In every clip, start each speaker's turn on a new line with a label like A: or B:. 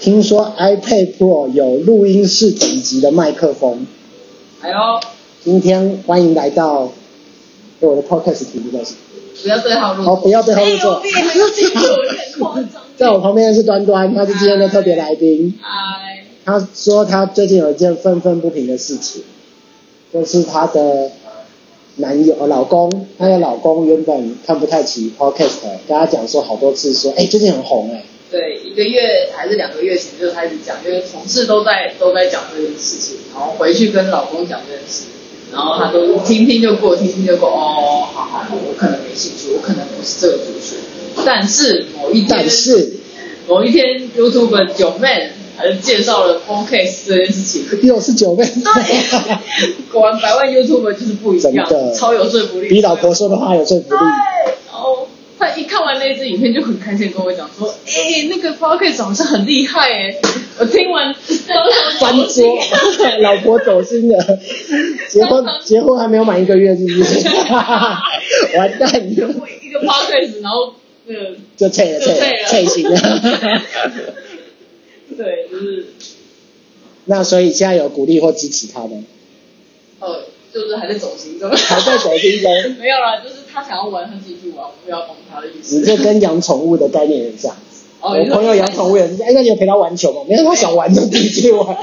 A: 听说 iPad Pro 有录音室等级的麦克风。
B: 哎呦，
A: 今天欢迎来到，对我的 podcast 题目叫什么？
B: 不要对号入
A: 好，
B: 座。
A: 不要对号入
C: 嗯有。
A: 座
C: 病，有病，有点夸张。
A: 在我旁边的是端端，他是今天的特别来宾。
B: 哎，
A: 他说他最近有一件愤愤不平的事情，就是她的男友、呃老公，她的老公原本看不太起 podcast，跟她讲说好多次说，哎、最近很红哎、
B: 对，一个月还是两个月前就开始讲，因为同事都在都在讲这件事情，然后回去跟老公讲这件事，然后他都听听就过，听听就过。哦，好好，好我可能没兴趣，我可能不是这个族群。但是某一天，
A: 但是
B: 某一天 YouTube 九妹还是介绍了 Podcast 这件事情。
A: 又是九妹，
B: 对，果然百万 YouTube 就是不一样
A: 真的，
B: 超有说服力。
A: 比老婆说的话有说服
B: 对
A: 力。，
B: 然后哎哦他一看完那支影片就很开心地跟我讲说，哎、那个 podcast 好像很厉害哎，我听 完当场
A: 翻
B: 走
A: 桌
B: 心，
A: 老婆走心了，结 婚结婚还没有满一个月，是不是？ 完蛋，
B: 我一 个 podcast，然后那个
A: 就脆了，
B: 就
A: 脆
B: 脆
A: 了，
B: 了
A: 脆型了。
B: 对，就是
A: 那所以现在有鼓励或支持他吗？
B: 呃，就是还在走心中，
A: 还在走心中，
B: 没有啦，就是他想要玩，他自己去玩，我不要帮他的意
A: 你
B: 思。
A: 这跟养宠物的概念很像。
B: 哦
A: 我朋友养宠物也是，哎，那你有陪他玩球吗？没有，他想玩就自己去玩。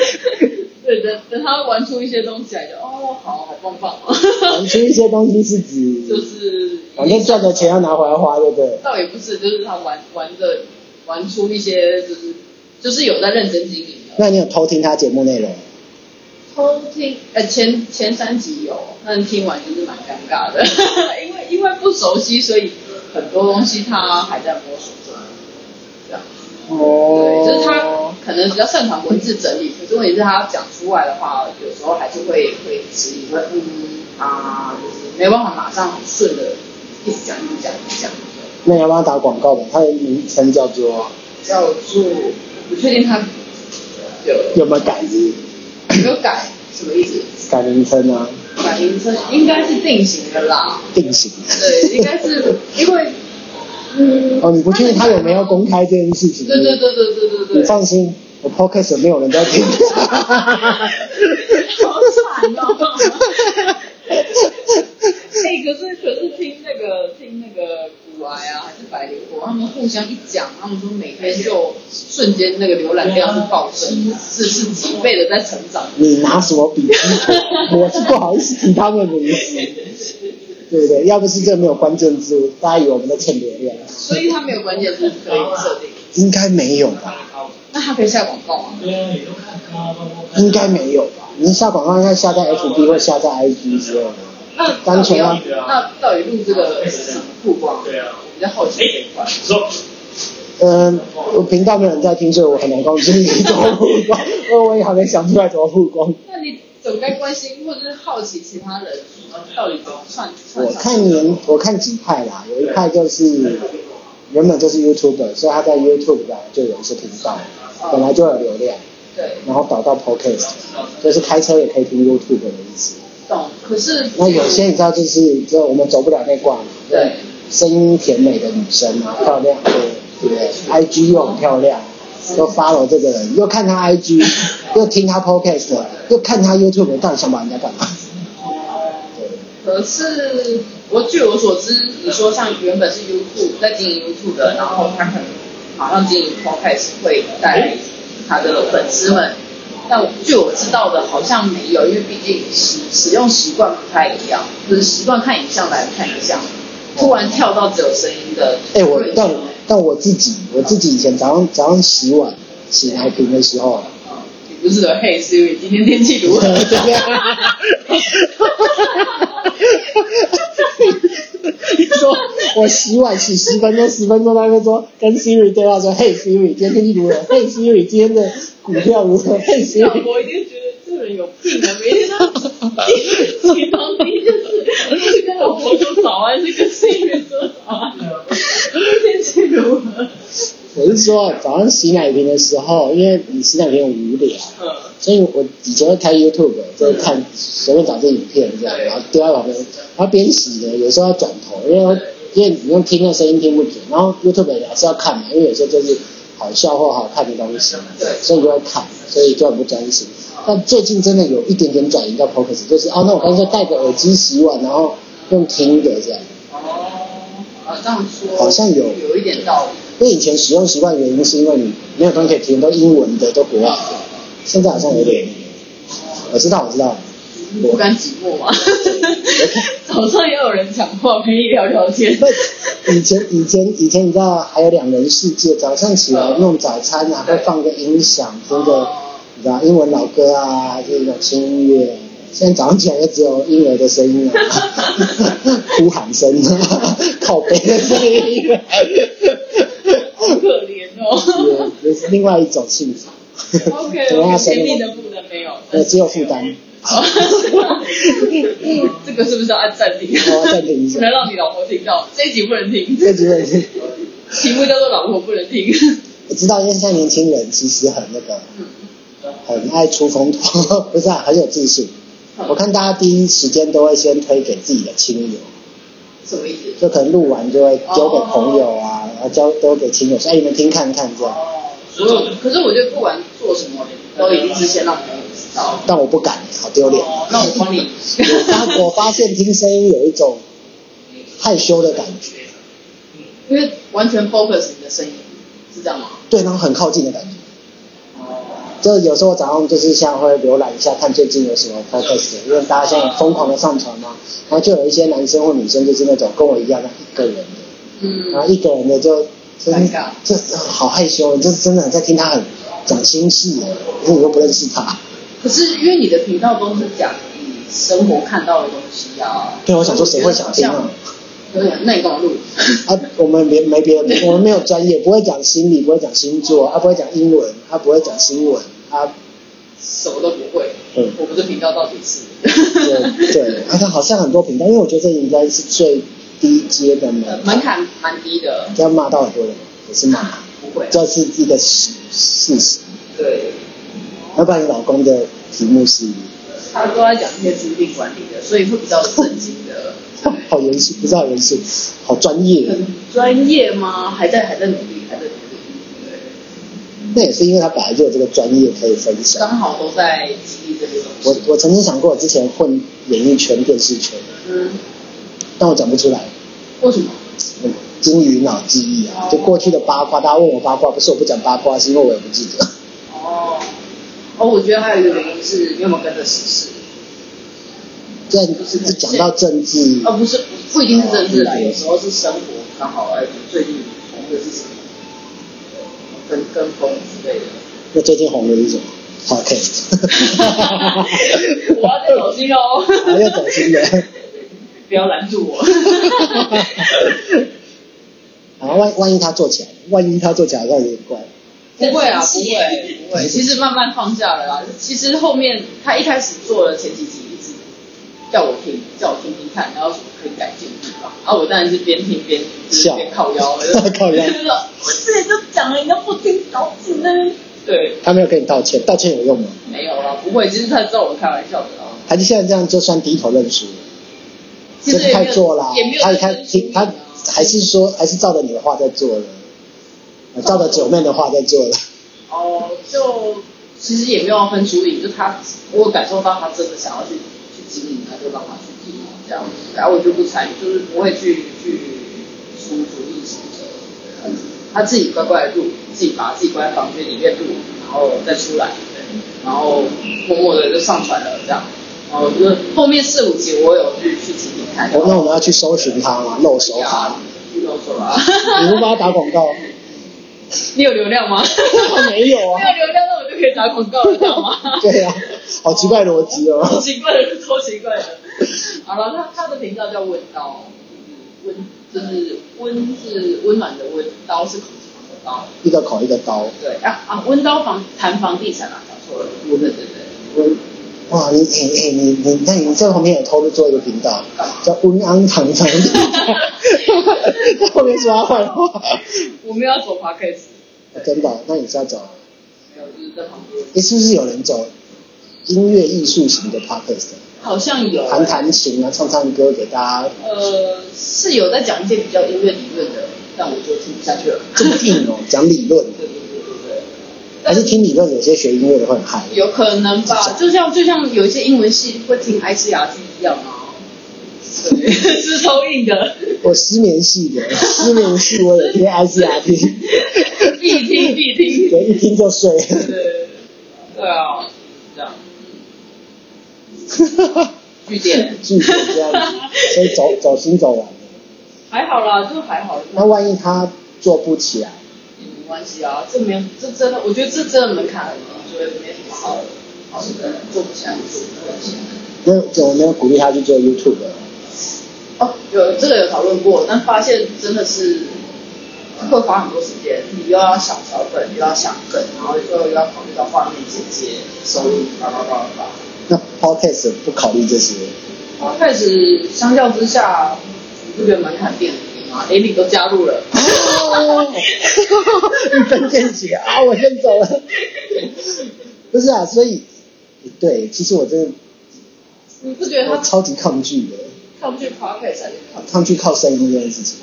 B: 对，等等他玩出一些东西来就，哦，好好棒棒哦，
A: 玩出一些东西是
B: 就
A: 指，
B: 是
A: 反正赚的钱要拿回来花，对不对？
B: 倒也不是，就是他玩玩的玩出一些就是就是有在认真经营的。
A: 那你有偷听他节目内容？
B: 偷听呃前前三集有，但听完就是蛮尴尬的， 因为因为不熟悉，所以很多东西他还在摸索中。这样
A: 哦
B: 对，就是他可能比较擅长文字整理，可是问题是他讲出来的话，有时候还是会会迟疑，会嗯啊，就是没有办法马上很顺的一直讲一直讲一直讲。
A: 那你要帮他打广告吧，他的名称叫做
B: 叫做不确定他有
A: 有没有改名？
B: 有没有改，什么意思？
A: 改名称啊，
B: 改名称应该是定型的啦，
A: 定型。啊
B: 对，应该是因为，嗯，
A: 哦，你不确定他有没有公开这件事情？
B: 对对对对对对对，
A: 你 放心，我 podcast 没有人在听。
B: 好惨哦！ 哎、可是可是听那个听那个古癌啊，还是白灵果，他们互相一讲，他们说每天就瞬间那个浏览量是暴增的，是是几倍的在成长。
A: 你拿什么比？我是不好意思提他们的名字，对不对？要不是这没有关键字，大家以为我们在蹭流量，
B: 所以它没有关键字可以设定，
A: 应该没有吧？
B: 那它可以下广告啊吗？
A: 应该没有吧？你下广告应该下在 FB 或下在 IG 之类的。
B: 那
A: 单纯啊
B: 那到底录这个是什么曝光？
D: 对啊，
B: 比较好奇这一块。
D: 说
A: 嗯，我频道没有人在听，所以我很难告诉你怎么曝光， 我我也还没想出来怎么曝光。
B: 那你总该关心或者是好奇其他人呃到底怎么串串
A: 我
B: 上
A: 看年，我看几派啦，有一派就是原本就是 YouTuber，所以他在 YouTube 吧就有一些频道，本来就有流量，
B: 对，
A: 然后导到 Podcast，就是开车也可以听 YouTube 的意思。
B: 懂。可是
A: 那有些你知道，就是就我们走不了那挂嘛，
B: 对，
A: 声音甜美的女生啊，漂亮的，对不对？IG 又很漂亮，又 follow 这个人，又看他 IG，又听他 podcast，又看他 YouTube，到底想把人家干嘛？对，
B: 可是我据我所知，你说像原本是 YouTube 在经营 YouTube 的，然后他可能马上经营 Podcast 会带来他的粉丝们，但据我知道的好像没有，因为毕竟使使用习惯不太一样，就是习惯看影像来看影像，突然跳到只有声音的，
A: 哎、我但但我自己，我自己以前早上早上洗碗洗奶瓶的时候，啊
B: 嗯你不是的，嘿，是因为今天天气如何？
A: 对呀 你说我洗碗洗十分钟，十分钟那边说跟 Siri 对话说，嘿 Siri，今天天气如何？嘿 Siri，今天的股票如何？嘿
B: 老
A: Siri，
B: 婆一定觉得这人有病啊！每天都起床第一件事就是跟老婆说早安，是跟新人说早安。天气如何？
A: 我是说早上洗奶瓶的时候，因为你洗奶瓶很无聊，
B: 嗯，
A: 所以我以前会开 YouTube，就会看随便找这影片这样，
B: 对
A: 然后丢在旁边，然后边洗呢，有时候要转头，因为因为你用听的声音听不准，然后 YouTube 也是要看嘛，因为有时候就是好笑或好看的东西，
B: 对
A: 所以就会看，所以就很不专心。但最近真的有一点点转移到 Podcast，就是哦，那我干脆戴个耳机洗碗，然后用听的这样。
B: 哦，啊，这样说
A: 好像有
B: 有一点道理，
A: 因为以前使用习惯原因是因为你没有东西可以听，都英文的，都国外的。现在好像有点，我知道，我知道，
B: 你不甘寂 寞吗？早上也有人讲话，可以聊聊天。
A: 不，以前以前以前你知道还有两人世界，早上起来弄早餐啊，会放个音响，听个你知道英文老歌啊，就是那种轻音乐。现在早上起来就只有婴儿的声音啊， 哭喊声啊，靠背的声音、啊，
B: 好可怜 哦。
A: 也也是 另外一种幸福。
B: OK，
A: 怎么
B: 我
A: 样
B: 们
A: 生
B: 前
A: 活
B: 面的负能没有，
A: 呃， 只有负担。
B: 好哦 这个是不是要按暂停？
A: 好暂停一下
B: 不能让你老婆听到，这一集不 能听，
A: 这几位是，
B: 题目叫做“老婆不能听嗯
A: 我知道，因为现在年轻人其实很那个，很爱出风头， 不是、啊、很有自信。”。我看大家第一时间都会先推给自己的亲友，
B: 什么意思？
A: 就可能录完就会丢给朋友啊，然后交丢给亲友说：“哎，你们听看看这样。
B: 哦，所有，可是我觉得不管做什么，都一定是先让朋友知道。”
A: 但我不敢，好丢脸。
B: 哦，那我帮你。
A: 我发 我发现听声音有一种害羞的感觉，
B: 因为完全 focus 你的声音，是这样吗？
A: 对，然后很靠近的感觉。
B: 哦，
A: 就有时候我早上就是像会浏览一下，看最近有什么 podcast，因为大家现在疯狂的上传嘛，然后就有一些男生或女生就是那种跟我一样的一个人的，然后
B: 嗯，
A: 一个人的就真
B: 尴尬
A: 这好害羞，这真的很在听他很讲心事耶，可是你又不认识他，
B: 可是因为你的频道都是讲你生活看到的东西啊。
A: 对，我想说谁会想听啊？
B: 对，那你跟我录。
A: 啊，我们没没别的，我们没有专业，不会讲心理，不会讲星座，啊，不会讲英文，啊，不会讲新闻，啊，
B: 什么都不会。
A: 嗯
B: 我们的频道到底是？
A: 对 对，啊，他好像很多频道，因为我觉得这应该是最低阶的门
B: 呃
A: 槛
B: 门槛蛮低的，
A: 要骂到很多人，也是骂，
B: 不会。
A: 这是一个事事实。
B: 对，
A: 要不然你老公的题目是
B: 他都在讲一些租赁管理的，所以会比较正经 的，
A: 好严肃，不知道严肃，好专业。
B: 很专业吗？还在还在努力，还在努力。对，
A: 那也是因为他本来就有这个专业可以分享。
B: 刚好都在经历这些东
A: 我
B: 西。
A: 我曾经想过，我之前混演艺圈、电视圈，
B: 嗯，
A: 但我讲不出来，
B: 为什么？
A: 嗯金鱼脑记忆啊，就过去的八卦。大家问我八卦，不是我不讲八卦，是因为我也不记得。
B: 哦，哦，我觉得还有一个原因是，你有没有跟着时事？
A: 这这讲到政治，
B: 哦，不是，不一定是政治啦，有时候是生活刚好，哎，最近红的是什么？跟跟风 之类的。
A: 那最近红的是什么？Podcast。
B: 我要再走心哦，
A: 我又走心了。
B: 不要拦住我。
A: 然后万万一他做起来，万一他做起来，好像有点怪。
B: 不会啊，不会，不会。其实慢慢放下了啦。其实后面他一开始做了前几集，一直叫我听，叫我听听看，然后什么可以改进的地方。啊，我当然是边听边就是边靠腰，我就
A: 靠腰
B: 就是说
C: 我之前就讲了，你都不听，然后只能
B: 对，
A: 他没有跟你道歉，道歉有用吗？
B: 没有啦，不会。其实他知道我开玩笑的啦。
A: 还是现在这样就算低头认输了？
B: 其实
A: 这
B: 也没
A: 太
B: 有
A: 做啦
B: 也没，有
A: 他
B: 认
A: 他
B: 真
A: 听
B: 听
A: 他
B: 啊
A: 还是说还是照着你的话在做了，呃照着九妹的话在做了。
B: 哦，就其实也没有要分输赢，就他我有感受到他真的想要去去经营，他就让他去经营这样，然后我就不参与，就是不会去去出主意什么的，他自己乖乖地录，自己把自己关在房间里面录，然后再出来，对然后默默的就上传了这样。然后就是后面四五集我有去去听听看，
A: 我那我们要去搜寻他吗？露手他
B: 啊，，去搜索啊，
A: 你不帮他打广告？
B: 你有流量吗？
A: 没有啊？
B: 没有流量，那我就可以打广告了，知道吗
A: 对啊，好奇怪的逻辑
B: 好
A: 哦。
B: 奇怪的，超奇怪的。好了，他他的频道叫温刀，嗯温就是温是温暖的温，刀是口字旁的刀。
A: 一个口一个刀，
B: 对啊啊，温刀房谈房地产啊，讲错了。对对对对，
A: 温哇，你哎哎、你你，那你这旁边也偷偷做一个频道
B: 干嘛，
A: 叫温安堂堂 地产，在 后面说他坏话，
B: 我们要走 p a c k a g
A: 真的？那你是要找？
B: 没有，就是在旁边。
A: 诶，是不是有人走音乐艺术型的 podcast，
B: 好像有
A: 弹弹琴啊，唱唱歌给大家
B: 呃是有在讲一些比较音乐理论的，但我就听不下去了。
A: 这么硬哦，讲理论，
B: 对对对
A: 还是听理论有些学音乐的会很嗨。
B: 有可能吧，就像就像有一些英文系会听埃斯雅剧一样啊，对，是超硬的，
A: 我失眠系的，失眠系我也听 ICRT，
B: 必听必听，
A: 对，一听就睡。
B: 对，对啊，这样据点
A: 据点这样子，所以走走心走完了。
B: 还好啦，就还好，
A: 那万一他做不起来，
B: 也没关系啊，这没有，这真的，我觉得这真的门槛很低，所以没什么好好的，做不下去，做不下去。
A: 那我没有鼓励他去做 YouTube 的？
B: 哦，有这个有讨论过，但发现真的是会花很多时间，你又要想脚本，又要想梗，然后又要考虑到画面剪接、收音，叭叭叭叭叭。
A: 那 Podcast 不考虑这些，
B: 刚开始相较之下，你不觉得门槛变低吗？连你都加入了，
A: 哦
B: 哦
A: 一针见血啊！我先走了。不是啊，所以对，其实我真的
B: 你不觉得
A: 我
B: 他
A: 超级抗拒的，
B: 抗拒 podcast 还是抗拒？
A: 抗拒靠声音这件事情。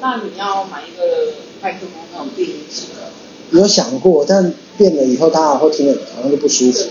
B: 那你要买一个麦克风那种电音式的，
A: 有想过，但变了以后，大家会听得好像就不舒服。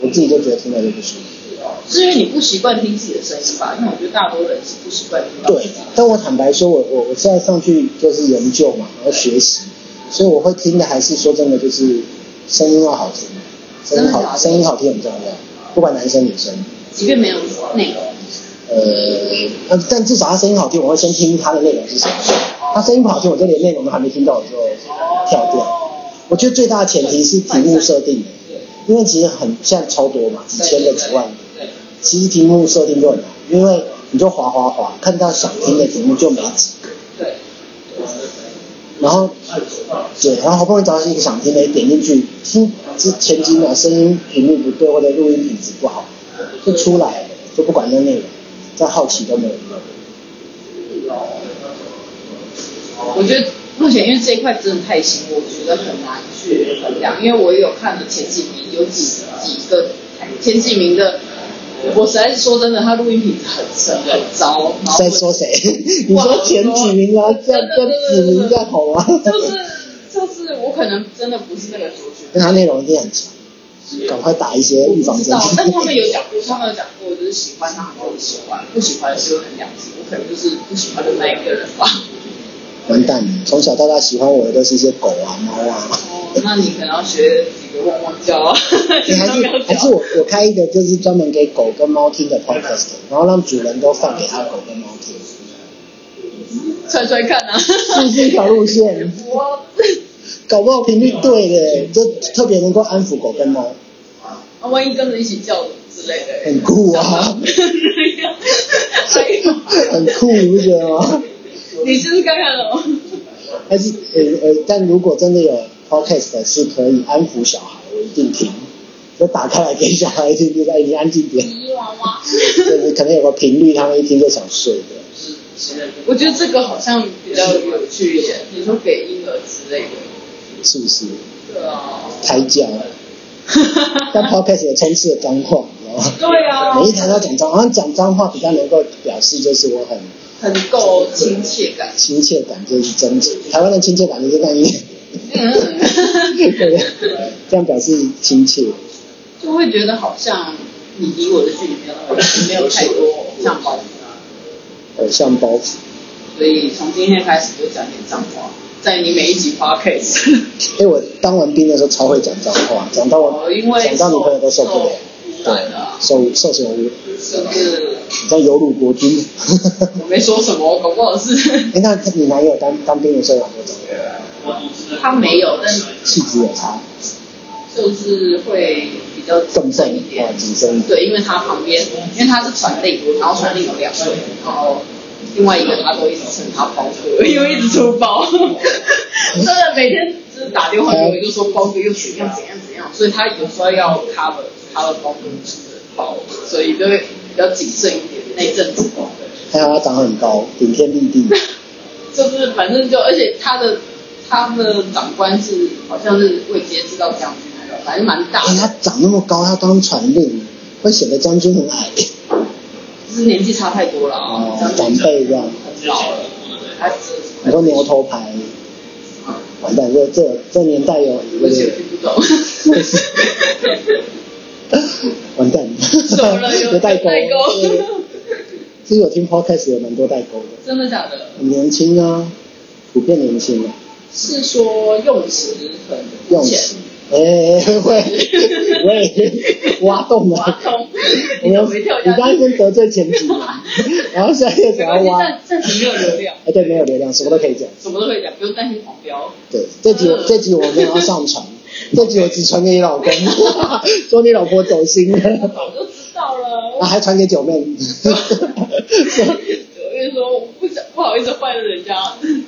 A: 我自己就觉得听了就不舒服。
B: 是因为你不习惯听自己的声音吧？因为我觉得大多人是不习惯听到自
A: 对
B: 己的声音。，
A: 但我坦白说，我我我现在上去就是研究嘛，要学习，所以我会听的还是说真的就是声音要好听，声音
B: 真的假
A: 好，
B: 的
A: 声音好听很重要，不管男生女生。
B: 即便没有内容，
A: 呃，但但至少他声音好听，我会先听他的内容是什么。他声音不好听，我就连内容都还没听到，我就跳掉。
B: 哦
A: 我觉得最大的前提是题目设定，因为其实很现在超多嘛，几千个、几万个。
B: 对，
A: 其实题目设定就很难，因为你就滑滑滑，看到想听的题目就没几个，
B: 对，
A: 然后对，然后好不容易找到一个想听的，点进去听之前几秒声音频率不对或者录音品质不好，就出来了，就不管那内容，再好奇都没有用。
B: 我觉得目前因为这一块真的太新，我觉得很难去衡量。因为我也有看了前几名，有几几个前几名的，我实在是说真的，他录音品质很差很糟。然后
A: 在说谁？ 你说前几名啊，这样跟子名啊这样好吗？
B: 就是就是我可能真的不是那个族群，
A: 但它内容一定很强，赶快打一些预防
B: 不知
A: 针
B: 道。。 但他们有讲过，他们有讲过，就是喜欢他们就喜欢，不喜欢就很两极。我可能就是不喜欢的那一个人吧。
A: 完蛋了，从小到大喜欢我的都是一些狗啊、猫啊。
B: 哦，那你可能要学几个汪汪叫 啊，
A: 你还
B: 都没有
A: 是
B: 教
A: 还是我我开一个就是专门给狗跟猫听的 podcast，然后让主人都放给他狗跟猫听，
B: 踹踹看啊。
A: 是不是一条路线？
B: 我
A: 搞不好频率对的，就特别能够安抚狗跟猫，
B: 啊，万一跟着一起叫之类的，
A: 很酷啊，
B: 哎呦，
A: 很酷，你不觉得吗？
B: 你试试看看哦喽。
A: 还是呃呃，但如果真的有 podcast 是可以安抚小孩，我一定听。就打开来给小孩听，就是哎，你安静点。
B: 泥娃娃。
A: 就是可能有个频率，他们一听就想睡的。
B: 我觉得这个好像比较有趣一点，你说给婴儿之类的。
A: 是不是？
B: 对啊。
A: 胎教，但 podcast 也充斥了脏话，你知道吗？
B: 对啊，
A: 每一台都讲脏，好像讲脏话比较能够表示就是我很
B: 很够亲切感。
A: 亲切感，就是真诚。台湾的亲切感就是那一面，
B: 嗯，
A: 对不对？这样表示亲切。
B: 就会觉得好像你离我的距离没有那么远，没有太多偶像包袱啊。
A: 偶呃像包袱，
B: 所以从今天开始就讲点脏话，在你每一集 podcast。
A: 哎，我当完兵的时候超会讲脏话，讲到我
B: 哦，因为啊
A: 讲到女朋友都受不了，
B: 受污染了，
A: 受受什么污染？
B: 就是
A: 你知道有辱国军。
B: 我没说什么，搞不好是
A: 哎，那你男友当当兵的时候有没有讲？
B: 他没有，但
A: 气质有差，
B: 就是会比较
A: 更
B: 谨
A: 正
B: 慎一
A: 啊
B: 点，。
A: 谨慎一点。
B: 对，因为他旁边，因为他是传令，然后传令有两位，然后另外一个他都一直趁他包哥，因为一直出包， 真的每天就是打电话给我，就说包哥又怎样怎样怎样，所以他有时候要 cover cover 包哥出的包，所以就会比较谨慎一点那一阵子。
A: 哦还有他长很高，顶天立地，
B: 就是反正就，而且他的他的长官是好像是未接知道将军来的，反正蛮大
A: 哎，他
B: 的，
A: 长那么高，他当传令，会显得将军很矮，
B: 就是年纪差太多了啊，
A: 哦，
B: 将
A: 长
B: 军
A: 辈这样。
B: 很老了，他只
A: 你说牛头牌，完蛋，这这这年代有
B: 而
A: 有
B: 且
A: 点
B: 听不 懂，懂。
A: 完蛋，
B: 熟了 有
A: 代沟。
B: 代沟
A: 对 其实我听 podcast 有蛮多代沟的，
B: 真的假的？
A: 很年轻啊，普遍年轻啊，
B: 是说用词很
A: 用
B: 浅
A: 词，哎、 会喂，挖洞
B: 挖
A: 啊！
B: 空，
A: 我
B: 你
A: 们
B: 怎么没跳
A: 你
B: 下
A: 刚刚
B: 去？
A: 先得罪前几 名，然后现在又
B: 没
A: 想
B: 关
A: 要
B: 系，
A: 挖，
B: 暂暂时没有流量，
A: 哎，对，没有流量，什么都可以讲。
B: 什么都可以讲，不用担心黄标。
A: 对，这集我
B: 嗯
A: 这集我没有要上传，这集我只传给你老公， 说你老婆走心
B: 我
A: 了，
B: 早就知 道了。
A: 啊，还传给九妹，
B: 我跟你说，我不想不好意思坏了人家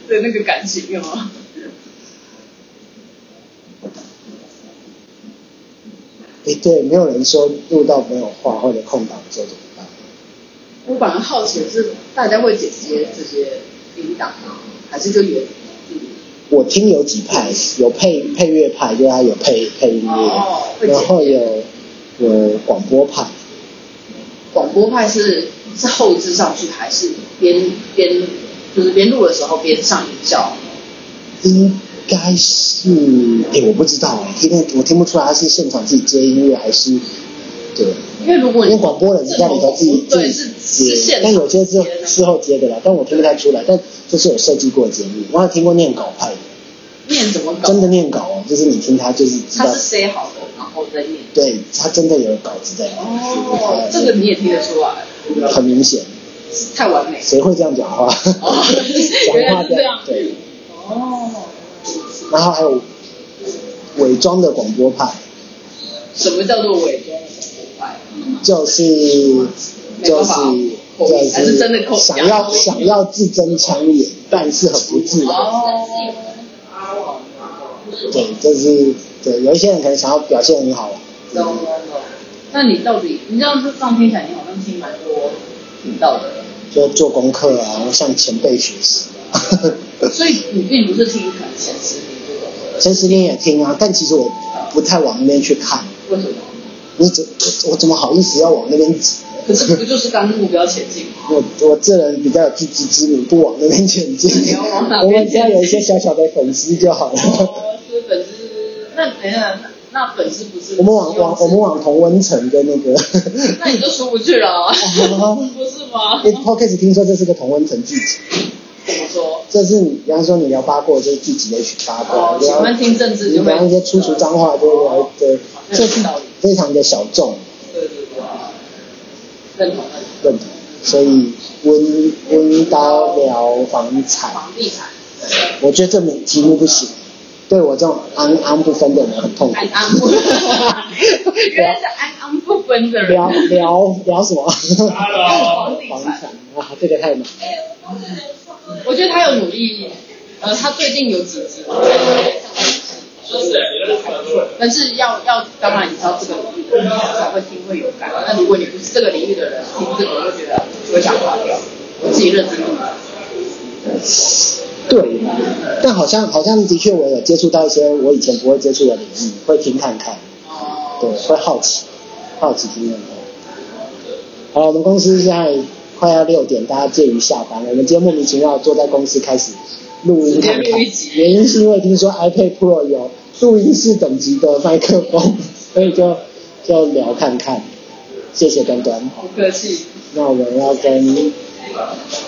B: 的那个感情，有吗？
A: 哎，对，没有人说录到没有话或者空档的时候怎么办？
B: 我反而好奇的是，大家会剪接这些音档吗？还是就原地？
A: 我听有几派，有配配乐派，就是它有配配音乐，
B: 哦，会
A: 然
B: 剪
A: 后有有广播派，
B: 广播派是是后置上去，还是边边就是边录的时候边上音效？
A: 应该是，哎，我不知道哎，因为我听不出来他是现场自己接音乐还是，对，
B: 因为如果
A: 因
B: 你
A: 为广播人在里头自己自
B: 对
A: 己
B: 是是
A: 接
B: 现，
A: 但有些
B: 是
A: 是事后接的啦，但我听不太出来，但就是有设计过节目，我还听过念稿派的，
B: 念怎么搞，
A: 真的念稿哦，就是你听他就是知
B: 它
A: 道
B: 是，塞好的，然后再念。
A: 对他真的有稿子在里面，
B: 哦，这个你也听得出来，
A: 很明显，
B: 太完美了。
A: 谁会这样讲话？
B: 哦原
A: 讲
B: 来
A: 话
B: 是这样
A: 对，
B: 哦，
A: 然后还有伪装的广播派，
B: 什么叫做伪装的崇拜？
A: 就是
B: 没
A: 就
B: 办
A: 是
B: 法口
A: 就
B: 还是真的口
A: 想要想要字正腔圆，但是啊很不自然。
B: 哦，
A: 对，就是对，有一些人可能想要表现很好啊玩，
B: 懂懂懂。那你到底，你这样这样听起来，你好像听蛮多频道的，
A: 就做功课啊，然后向前辈学习啊。
B: 所以你并不是听可能前十名这种的，
A: 前十天也听啊，但其实我不太往那边去看。
B: 为什么？
A: 你怎我怎么好意思要往那边挤？
B: 可是不就是当目标前进吗？
A: 我我这人比较有自知之明，不往那边前进
B: 你要往。哪
A: 我
B: 边
A: 们
B: 前
A: 只
B: 进
A: 要有一些小小的粉丝就好了。
B: 哦，是粉丝，那等一下，那粉丝不是
A: 我们往往我们往同温层跟那个，
B: 那你就出不去 了啊，
A: 因
B: 不是吗？
A: 为 podcast 听说这是个同温层聚集，
B: 怎么说？
A: 这是你比方说你聊八卦就是聚集的一群八卦，
B: 哦，
A: 比
B: 喜
A: 方
B: 欢听政治
A: 你
B: 就会
A: 聊一些粗俗脏话就聊对，这是非常的小众
B: 对对对，认同认同。
A: 认同，所以温温刀聊房产，
B: 房地 产，
A: 我觉得这名题目不行，对我这种安安不分的人很痛苦
B: 安。安不， 原来是安安不分的人。
A: 聊聊聊 什么？
B: 房地
A: 房
B: 产，
A: 产啊，这个太难。
B: 我觉得他有努力，呃，他最近有几支，但是要要，当然你知道这个领域的人才会听会有感。那如果你不是这个领域的人，听这个我就觉得就会想划掉。我自己认真录的，
A: 对，但好像好像的确我有接触到一些我以前不会接触的领域，会听看看，对，
B: 哦，
A: 会好奇，好奇听看看。好，我们公司现在快要六点，大家介于下班了，我们今天莫名其妙坐在公司开始录音看
B: 直接
A: 看
B: 录一集，
A: 原因是因为听说 iPad Pro 有录音室等级的麦克风，所以就就聊看看。谢谢端端，
B: 不客气，
A: 那我们要跟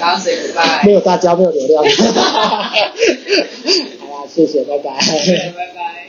B: 大家 say goodbye，
A: 没有大家没有流量。好啦，谢谢，拜拜。
B: 拜拜。